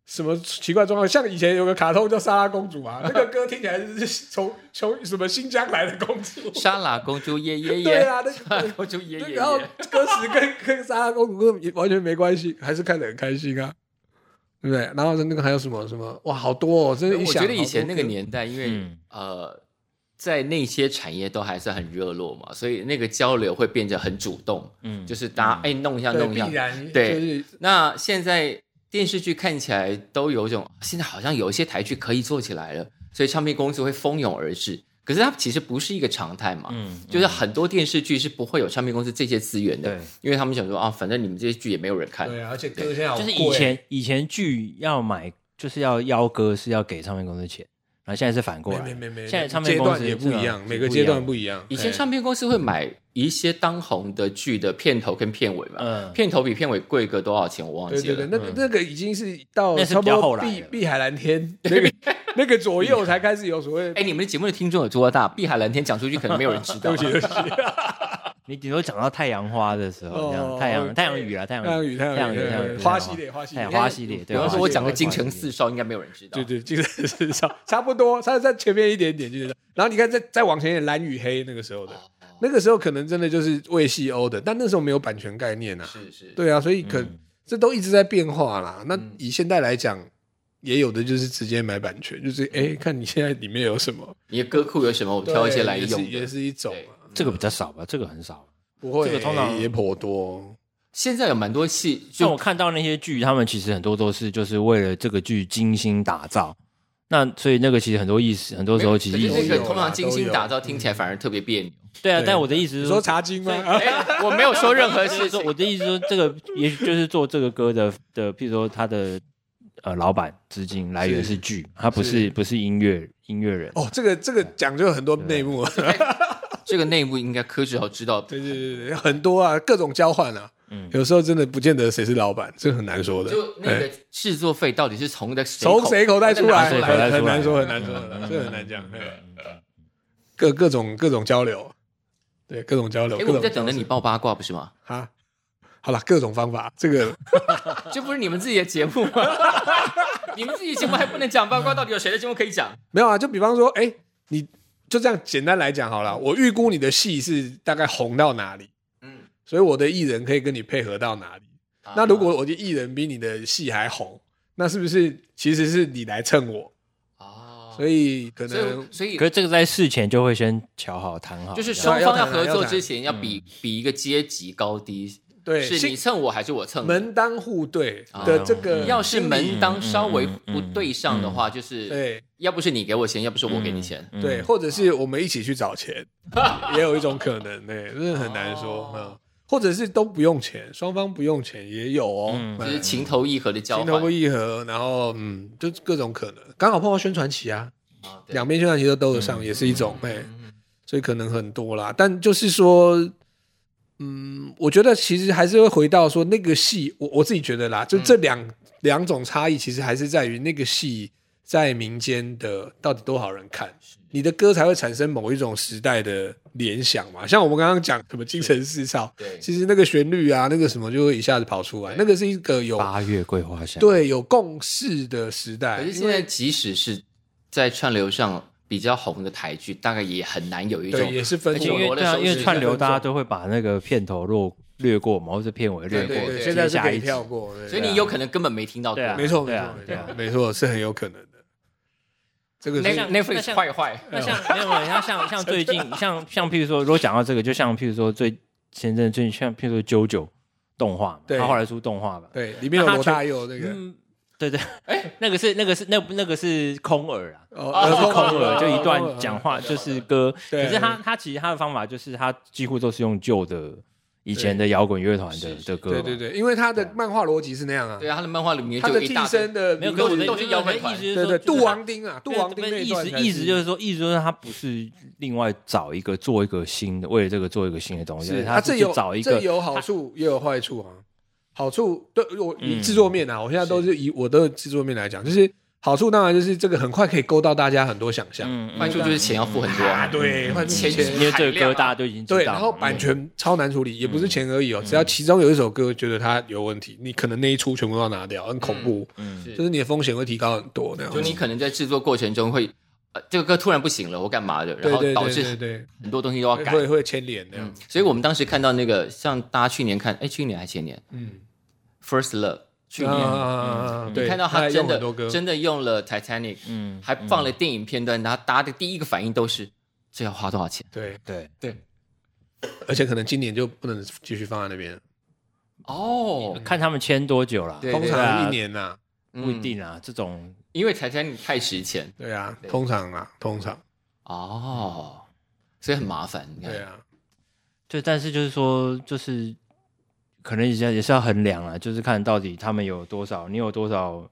B: 什么奇怪状况，像以前有个卡通叫《莎拉公主》啊，那个歌听起来就是 从从什么新疆来的公主，
C: 莎拉公主耶耶
B: 对
C: 耶，
B: 啊，那
C: 莎 拉
B: 个
C: 公主耶耶
B: 然 后
C: 耶，
B: 歌词跟跟莎拉公主根本完全没关系，还是看得很开心啊，对不对？然后那个还有什么什么哇，好多哦，真的一
C: 我
B: 想，
C: 觉得以前
B: 好多
C: 那个年代，因为
A: 嗯
C: 呃，在那些产业都还是很热络嘛，所以那个交流会变得很主动，
A: 嗯
C: 就是大家哎弄一下
B: 对
C: 弄一下
B: 必。然
C: 对
B: 就是
C: 那现在电视剧看起来都有一种，现在好像有一些台剧可以做起来了，所以唱片公司会蜂拥而至。可是它其实不是一个常态嘛，
A: 嗯，
C: 就是很多电视剧是不会有唱片公司这些资源的，
A: 对，
C: 因为他们想说啊，反正你们这些剧也没有人看，
B: 对啊，而且歌现在好
A: 就是
B: 贵
A: 以前以前剧要买就是要邀歌是要给唱片公司钱，然后现在是反过来，
B: 没没没没，
A: 现在唱
B: 阶
A: 片公
B: 段
A: 司
B: 也不一样，每个阶段不一样。
C: 以前唱片公司会买一些当红的剧的片头跟片尾嘛，
A: 嗯
C: 片头比片尾贵个多少钱我忘
B: 对
C: 记
B: 对对，
C: 了。
B: 那个那个已经是到
A: 那是
B: 差
A: 比
B: 不
A: 较后
B: 多
A: 来
B: 碧
A: 了
B: 碧海蓝天那个那个左右才开始有所谓
C: 哎，你们的节目的听众有多大？碧海蓝天讲出去可能没有人知
B: 对
C: 道。
B: 不起对不起，
A: 你顶多讲到太阳花的时候，这
B: 哦
A: 样太阳
B: OK
A: 太阳雨啊了，太阳
B: 太阳雨太阳雨
A: 太
B: 对
A: 阳
B: 对
A: 雨，
B: 对花系列花系
A: 太
B: 列
A: 阳花系列，
C: 比
A: 对。
C: 方
A: 花
C: 说，
A: 系
C: 我
A: 列
C: 讲个
A: 花系
C: 京城
A: 列
C: 四少，应该没有人知道。
B: 对对，精神是差差不多，差在前面一点点，精神然后你看再再往前一点，蓝与黑那个时候的，那个时候可能真的就是为西欧的，但那时候没有版权概念啊。
C: 是是，
B: 对啊，所以可
A: 嗯
B: 这都一直在变化啦。那以现在来讲，也有的就是直接买版权，就是哎，看你现在里面有什么，
C: 你的歌库有什么？我挑一些来用
B: 对也是也
C: 的。
B: 是一种啊。
A: 这个比较少吧，这个很少。
B: 不会，
A: 这个通常
B: 也颇多。
C: 现在有蛮多戏，
A: 像我
C: 就
A: 看到那些剧，他们其实很多都是就是为了这个剧精心打造。那所以那个其实很多意思，很多时候其实意
C: 可是那
A: 思
B: 都有啦
C: 个通常精心
B: 都有
C: 打造，听起来反而特别别扭。
A: 对啊
B: 对。
A: 但我的意思
B: 你
A: 是
B: 说茶经吗？啊
C: 哎，我没有说任何
A: 所以
C: 事
A: 说
C: 情，
A: 我的意思是说，这个也许就是做这个歌的的，譬如说他的呃老板资金来源
B: 是
A: 是剧，他不是不是音乐音乐人。
B: 哦，这个这个讲究很多内幕，
C: 这个内部应该柯志豪知道。
B: 对对对对，很多啊，各种交换啊。
A: 嗯
B: 有时候真的不见得谁是老板，这很难说的。
C: 就那
B: 哎
C: 个制作费到底是从的谁
B: 从谁口袋出来，
A: 谁口袋出
B: 很
A: 来
B: 很难说，很难说，很难说这很难讲。对
A: 嗯
B: 各各种各种交流，对各种交流，
C: 哎，
B: 各
C: 我
B: 种
C: 在等着你爆八卦不是吗？
B: 啊。好了，各种方法，这个
C: 这不是你们自己的节目吗？ 你们自己节目还不能讲八卦，到底有谁的节目可以讲？
B: 没有啊。就比方说，哎，你就这样简单来讲好了。我预估你的戏是大概红到哪里，
C: 嗯，
B: 所以我的艺人可以跟你配合到哪里。啊
C: 啊
B: 那如果我的艺人比你的戏还红，那是不是其实是你来蹭我？
C: 啊，
B: 所以可
C: 所以
B: 能
C: 所以
A: 可是这个在事前就会先瞧好谈好，
C: 就是
A: 这样
C: 双方要合
B: 要
C: 作
B: 谈
C: 之前要比比一个阶级高低，
B: 对
C: 是你
B: 心
C: 蹭我还是我蹭你？
B: 门当户对
C: 啊
B: 的这个，
C: 要是门当稍微
A: 嗯
C: 不对上的话，就是
B: 对
C: 要不是你给我钱，要不是我给你钱。
A: 嗯
B: 对，或者是我们一起去找 钱，也有一种可能呢，真的很难说
C: 哦
B: 嗯，或者是都不用钱，双方不用钱也有哦，
A: 嗯
C: 就
B: 嗯
C: 是情投意合的交
B: 情投
C: 换，
B: 意合，然后嗯，就是各种可能，刚好碰到宣传期啊，
C: 啊对
B: 两边宣传期都兜得上，也是一种哎，
C: 嗯
B: 所以可能很多啦。但就是说，嗯，我觉得其实还是会回到说那个戏，我我自己觉得啦，就
C: 嗯
B: 这两、两种差异，其实还是在于那个戏在民间的到底多少人看，你的歌才会产生某一种时代的联想嘛。像我们刚刚讲什么精神四少，
C: 对
B: 其实那个旋律啊，那个什么就会一下子跑出来，那个是一个有
A: 八月桂花香，
B: 对有共识的时代
C: 可是，
B: 因
C: 现
B: 为
C: 在，即使是在串流上比较红的台剧，大概也很难有一种
B: 对也是分
C: 而
A: 而且因
C: 且
B: 众
A: 为
C: 我的
A: 对啊，
C: 手
A: 因
C: 指
A: 为
C: 是
A: 串流
B: 分
A: 大家
B: 众
A: 都会把那个片头落略过嘛，或者片尾略
B: 对
A: 过，
B: 对对，
A: 接
B: 现在是
A: 下
B: 可以
A: 一集。
B: 跳过，对啊
C: 所以你有可能根本没听到过
A: 对。啊
B: 没错，没
A: 对啊
B: 错，没
A: 对啊
B: 错，没错，是很有可能的。这个
A: 那
B: 是
A: 像
C: Netflix 坏坏，
A: 那像没有没有，像像像最 近，像像譬如说，如果讲到这个，就像譬如说最前阵最近像譬如说啾啾动画嘛，
B: 对
A: 他后来出动画吧，
B: 对，里面有
A: 那他
B: 罗大佑那个，
A: 嗯，对对，哎， 那个是那个是那那个是空耳啊，
B: 哦
A: 那是
C: 那是
A: 空
C: 耳
A: 耳，就一段讲，话
C: 耳
A: 就是歌。
B: 对
A: 可是他他其实他的方法就是他几乎都是用旧的以前的摇滚乐团的
C: 是是
A: 的歌嘛，啊
B: 对对对，因为他的漫画逻辑是那样啊
C: 对，啊，他的漫画里面
B: 他
C: 就
B: 的
C: 一
B: 替
C: 大堆
B: 身的
A: 没有，
B: 名
A: 可是我的
B: 字
C: 都是摇滚团
A: 意思就是
B: 对
A: 说，就
B: 对，
A: 是
B: 杜
A: 他
B: 王丁啊，杜
A: 对
B: 王
A: 不
B: 丁
A: 是
B: 那一
A: 意
B: 段
A: 思
B: 才
A: 意思就是说，意思就是他不是另外找一个做一个新的，为了这个做一个新的东西，
B: 是啊
A: 他
B: 这
A: 是
B: 有
A: 去找一
B: 这
A: 个
B: 有好处也有坏处啊。好处对我以
A: 嗯
B: 制作面啊，我现在都是以我的制作面来讲，就是好处当然就是这个很快可以勾到大家很多想象
A: 嗯，嗯
C: 坏处就是钱要付很多
B: 啊，
C: 啊。
B: 对，换
C: 钱
B: 钱
A: 因为这个歌大家都已经知道了，
B: 对，然后版
C: 嗯
B: 权超难处理，也不是钱而已哦，只要其中有一首歌觉得它有问题，你可能那一出全部都要拿掉，很恐怖，
A: 嗯，
C: 是
B: 就是你的风险会提高很多那样
C: 就
B: 子。
C: 你可能在制作过程中会，呃，这个歌突然不行了，我干嘛的，然后
B: 对对
C: 导
B: 对对
C: 致
B: 对，
C: 很多东西都要
B: 会
C: 改。
B: 会会牵连那样
C: 嗯
B: 子，，
C: 所以我们当时看到那个，像大家去年看，哎，去年还前年
B: 嗯，
C: 《First Love》，去
B: 啊
C: 年、
B: 啊啊啊啊
A: 嗯
B: 对，
C: 看到
B: 他
C: 他
B: 还
C: 真
B: 用很多
C: 的
B: 歌，
C: 真的用了 Titanic，
A: 嗯
C: 还放了电影片段，然后大家的第一个反应都是这要花多少钱？
B: 对，
A: 对，
C: 对，
B: 而且可能今年就不能继续放在那边，
C: 哦，
A: 看他们签多久了，
C: 对
B: 通
A: 对
B: 常
A: 啊
B: 一年呐，
A: 不一
C: 嗯，
A: 定啊，这种
C: 因为 Titanic 太值钱
B: 对啊，
C: 对
B: 通常啊，通常，
C: 哦，所以很麻烦。你看
B: 对，啊，
A: 对，但是就是说，就是可能也是要也是要衡量啊，就是看到底他们有多少，你有多少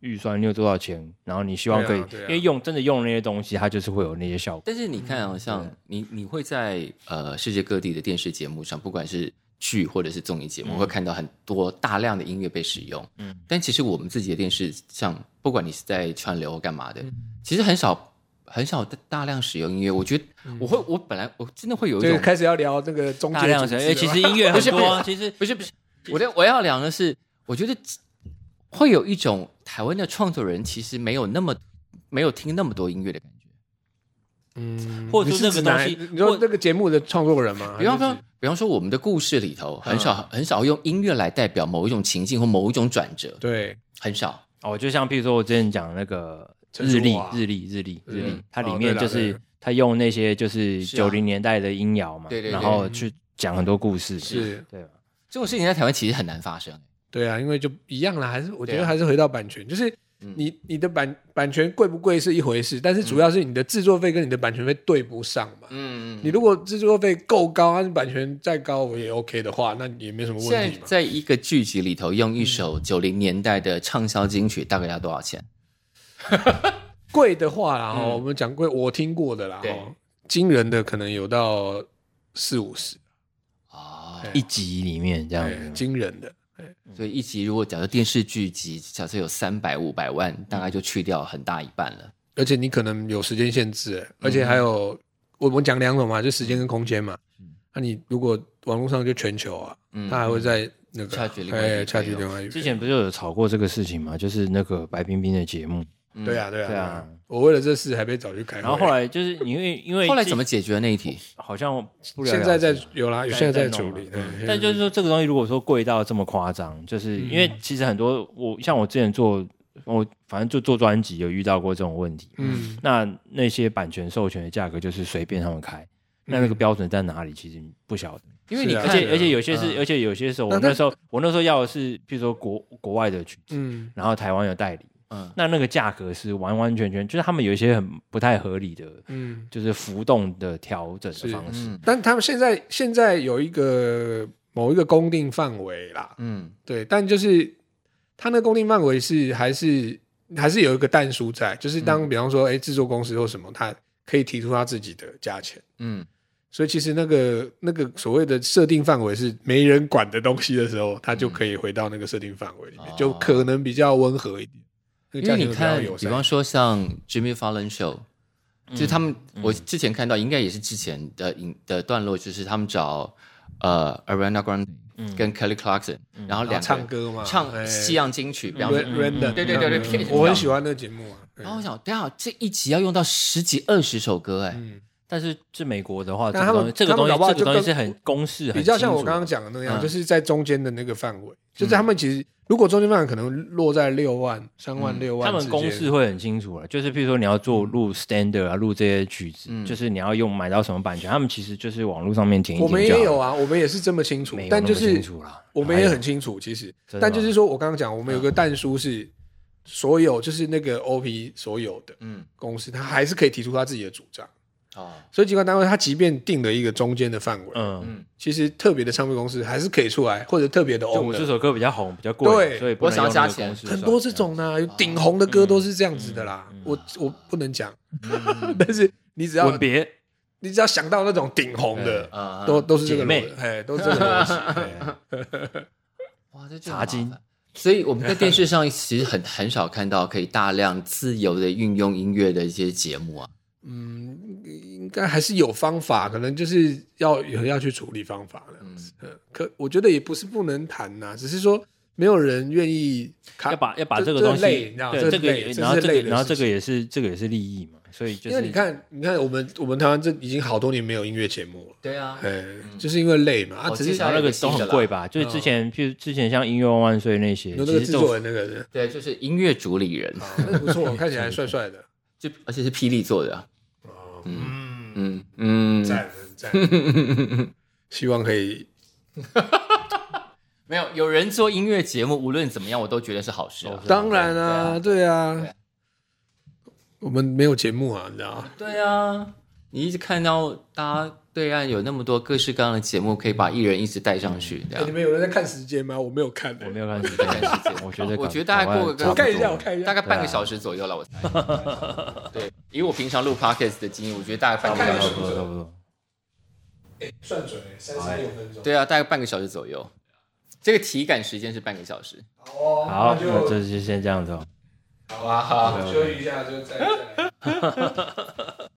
A: 预算，你有多少钱，然后你希望
B: 对啊
A: 可以，
B: 对啊
A: 因为用真的用那些东西，它就是会有那些效果。
C: 但是你看啊，像你你会在呃世界各地的电视节目上，不管是剧或者是综艺节目，
A: 嗯
C: 会看到很多大量的音乐被使用。
A: 嗯
C: 但其实我们自己的电视上，不管你是在串流或干嘛的，其实很少很少大量使用音乐。我觉得我会，我本来我真的会有一
B: 就是
C: 种
B: 开始要聊那个中介
A: 大量
B: 组织
A: 生，因
B: 了
A: 哎为其实音乐很多啊，其实
C: 不是不是，我的我要聊的是，我觉得会有一种台湾的创作人其实没有那么没有听那么多音乐的感觉。
B: 嗯
A: 或者
B: 你
A: 说
B: 是
A: 那个
B: 指哪
A: 东西
B: 一你说
A: 或
B: 那个节目的创作人吗？
C: 比方
B: 还
C: 说
B: 是指，
C: 比方说我们的故事里头，很少、很少用音乐来代表某一种情境或某一种转折，
B: 对，
C: 很少。
A: 哦，就像譬如说我之前讲那个
B: 陈
A: 日
B: 淑
A: 历
B: 桦，
A: 日历，日历，日历
B: 嗯，
A: 它里
B: 哦
A: 面
B: 对啦
A: 就
B: 对
A: 是
B: 啦
A: 他用那些就是
C: 是啊
A: 九零年代的音谣嘛
C: 对对，对
A: 然后去讲很多故事，
B: 是
A: 对吧？啊
C: 这种事情在台湾其实很难发生。
B: 对啊，因为就一样啦，还是我觉
C: 对
B: 得
C: 啊嗯
B: 还是回到版权，就是你、你的版版权贵不贵是一回事，但是主要是你的制作费跟你的版权费对不上嘛。
C: 嗯
B: 你如果制作费够高，但是版权再高我也 OK 的话，那也没什么问
C: 现在
B: 题嘛。
C: 在一个剧集里头用一首九零年代的畅销金曲，大概要多少钱？
B: 贵的话啦，哦，我们讲贵，我听过的啦，
C: 嗯对
B: 哦，惊人的可能有到四五十，
C: 哦，
B: 哎
A: 一集里面这样子
B: 哎，惊人的。
C: 所以一集如果假设电视剧集，假设有三百五百万，大概就去掉很大一半了。
B: 而且你可能有时间限制，哎而
C: 嗯
B: 且还有、我们讲两种嘛，就时间跟空间嘛。那、你如果网络上就全球啊，
C: 嗯
B: 它还会在那个
C: 嗯 charge 另外一笔
B: 哎
C: 费
B: charge
C: 用
B: 另外一笔
A: 之前不是有吵过这个事情吗？就是那个白冰冰的节目，
C: 嗯
B: 对啊对啊
A: 对
B: 对
A: 啊
B: 啊，我为了这事还被找去开会，
A: 然后后来就是因为因为
C: 后来怎么解决那一题？
A: 好像不了了之
B: 现在在有啦，有
A: 在
B: 现在在
A: 在
C: 啊
A: 弄
B: 处
A: 嘛
B: 理，
A: 对
B: 嗯
A: 但就是说这个东西如果说贵到这么夸张，就是因
B: 嗯
A: 为其实很多我像我之前做我反正就做专辑有遇到过这种问题，
B: 嗯
A: 那那些版权授权的价格就是随便他们开，那那个标准在哪里其实不晓得。
C: 因为你
B: 嗯是啊
A: 而
C: 看，
A: 且而且有些是，而且有些时候，我
B: 那他
A: 那时候我那时候要的是，譬如说国国外的曲子，
B: 嗯，
A: 然后台湾有代理，
C: 嗯
A: 那那个价格是完完全全就是他们有一些很不太合理的，
B: 嗯
A: 就是浮动的调整的
B: 是
A: 方式。
C: 嗯
B: 但他们现在现在有一个某一个公定范围啦，
C: 嗯
B: 对，但就是它那公定范围是还是还是有一个淡书在，就是
A: 嗯
B: 当比方说，哎，制作公司或什么，它可以提出它自己的价钱。
C: 嗯，
B: 所以其实那个那个所谓的设定范围是没人管的东西的时候，它就可以回到那个设定范围里面，
C: 哦
B: 就可能比较温和一点。那个
C: 因
B: 价钱
C: 为你
B: 会比较
C: 看，
B: 友
C: 比
B: 善
C: 方说像 Jimmy Fallon Show，、就是他们，我之前看到应该也是之前的影的段落，就是他们找呃 Ariana Grande 跟 Kelly Clarkson，、然后
B: 然后
C: 两个
B: 唱歌嘛，哎
C: 唱西洋金曲，比方说。
B: random，
C: 对对对对骗人
B: 我
C: 的
B: 很喜欢那个节目啊。
C: 然后我想，对啊，这一集要用到十几二十首歌哎、
B: 嗯
A: 但是这美国的话，这
B: 但
A: 个
B: 他
A: 东
B: 们
A: 西这个
B: 他们
A: 东
B: 搞
A: 西
B: 不好
A: 这个
B: 就
A: 东西
B: 跟
A: 是很公式，
B: 比
A: 很
B: 较像
A: 清
B: 我
A: 楚
B: 刚刚
A: 的
B: 讲的那
A: 嗯
B: 样，就是在中间的那个范围，就是他们其实如果中间范围可能落在六万、三万、
C: 嗯
B: 六
A: 他
B: 万之
A: 们公
B: 间，
A: 式会很清楚了，就是譬如说你要
B: 嗯
A: 做录 standard 啊，录这些曲子，
C: 嗯
A: 就是你要用买到什么版权，他们其实就是网络上面填一
B: 我
A: 填就
B: 们也
A: 好
B: 有
A: 了，
B: 啊，我们也是这么清楚
A: 没有，
B: 但
A: 那
B: 就
A: 么
B: 是
A: 清楚啦
B: 我们
A: 哪
B: 也
A: 有
B: 很清楚，其实
A: 哎真的，
B: 但
A: 吗嗯
B: 就是说我刚刚讲，我们有个蛋叔是所有，就是那个 OP 所有的
C: 嗯，
B: 公司，他还是可以提出他自己的主张。
C: 哦，
B: 所以机关单位他即便定了一个中间的范围，
A: 嗯，
C: 嗯，
B: 其实特别的唱片公司还是可以出来，或者特别的
A: 就哦我
B: owner，
A: 这首歌比较红，比较贵，
B: 对
A: 所以不能
C: 我想要
A: 用那个
C: 加钱
A: 公式
B: 很
A: 算
B: 多这种
A: 嗯
B: 呢、有顶红的歌都是这样子的啦。我我不能讲，
C: 嗯
B: 但是你只要
A: 吻别，
B: 你只要想到那种顶红的，
C: 啊
B: 都都是这
A: 嗯姐
B: 个
A: 妹
B: 逻辑，哎，都是这个 逻辑。对
C: 哇，这就
A: 茶
C: 很麻
A: 经
C: 烦。所以我们在电视上其实很很少看到可以大量自由的运用音乐的一些节目啊。
B: 嗯，应该还是有方法，可能就是要有要去处理方法那样子。嗯，可我觉得也不是不能谈呐、只是说没有人愿意卡
A: 要把要把
B: 这
A: 这个东
B: 这累你
A: 西
B: 知道，
A: 对
B: 这
A: 这个
B: 累
A: 也，
B: 这
A: 然后
B: 是
A: 这
B: 累
A: 个
B: 的
A: 然后
B: 事
A: 这个也是这个也是利益嘛，所以就
B: 因
A: 是
B: 为你看，你看我们我们台湾这已经好多年没有音乐节目了，
C: 对啊
B: 哎、就是因为累嘛，啊，
C: 哦
B: 只
C: 接
B: 是
C: 下
A: 然
C: 来
A: 后那个都很贵吧，就是之前譬如之前像音乐万万岁那些，
B: 嗯有那
A: 其
B: 个
A: 实
B: 制
A: 都
B: 作人那个人，
C: 对，就是音乐主理人，
B: 啊那个不错，看起来帅帅的，
C: 就而且是霹雳做的啊。
B: 嗯，
C: 嗯嗯，
B: 赞 赞，希望可以
C: 没有有人做音乐节目，无论怎么样，我都觉得是好事啊。
B: 当然
C: 啊
B: 啊，对
C: 对
B: 啊
C: 啊，
B: 我们没有节目啊，你知道吗？
C: 对啊，你一直看到大家对岸有那么多各式各样的节目，可以把艺人一直带上去，这
B: 哎你
C: 样。
B: 们有人在看时间吗？我没有看、
A: 我
B: 欸，
A: 没有看时间，我觉得
C: 我觉得
A: 赶
C: 大概过个
A: 赶
B: 我
A: 快差
B: 看一
A: 不多
B: 下，我看一
C: 大
B: 下。
C: 概半个小时左右了，我猜。对，以我平常录 podcast 的经验，我觉得大概半个
A: 差
C: 小时
A: 不多
C: 左
A: 差
C: 右。
A: 不多。
B: 算准哎，三十六分钟。
C: 对啊，大概半个小时左右。这个体感时间是半个小时。
B: 好哦，
A: 好，
B: 那
A: 那
B: 就
A: 这就先这样子哦。
C: 好啊，好
B: 休息一下，就再再来。